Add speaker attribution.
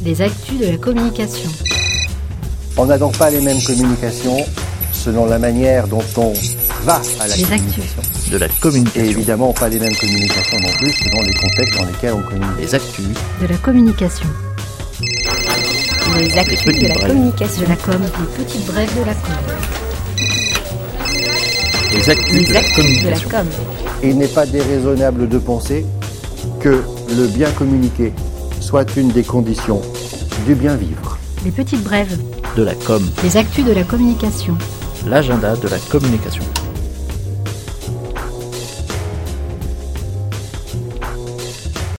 Speaker 1: des actus de la communication.
Speaker 2: On n'a donc pas les mêmes communications selon la manière dont on va à la
Speaker 1: Les actus.
Speaker 2: communication.
Speaker 3: de la
Speaker 2: Et
Speaker 3: communication,
Speaker 2: évidemment, pas les mêmes communications non plus selon les contextes dans lesquels on communique.
Speaker 3: les actus,
Speaker 1: De la communication.
Speaker 4: Les actus
Speaker 3: petites
Speaker 4: de la
Speaker 3: brèves.
Speaker 1: De
Speaker 4: communication.
Speaker 1: la com. Des petites brèves de la com.
Speaker 3: les actus de
Speaker 4: Les
Speaker 3: la
Speaker 4: actus de la
Speaker 3: communication,
Speaker 4: com.
Speaker 2: Il n'est pas déraisonnable de penser que le bien communiqué soit une des conditions du bien vivre.
Speaker 1: Des petites brèves.
Speaker 3: de la com,
Speaker 1: Les actus de la communication.
Speaker 3: l'agenda de la communication.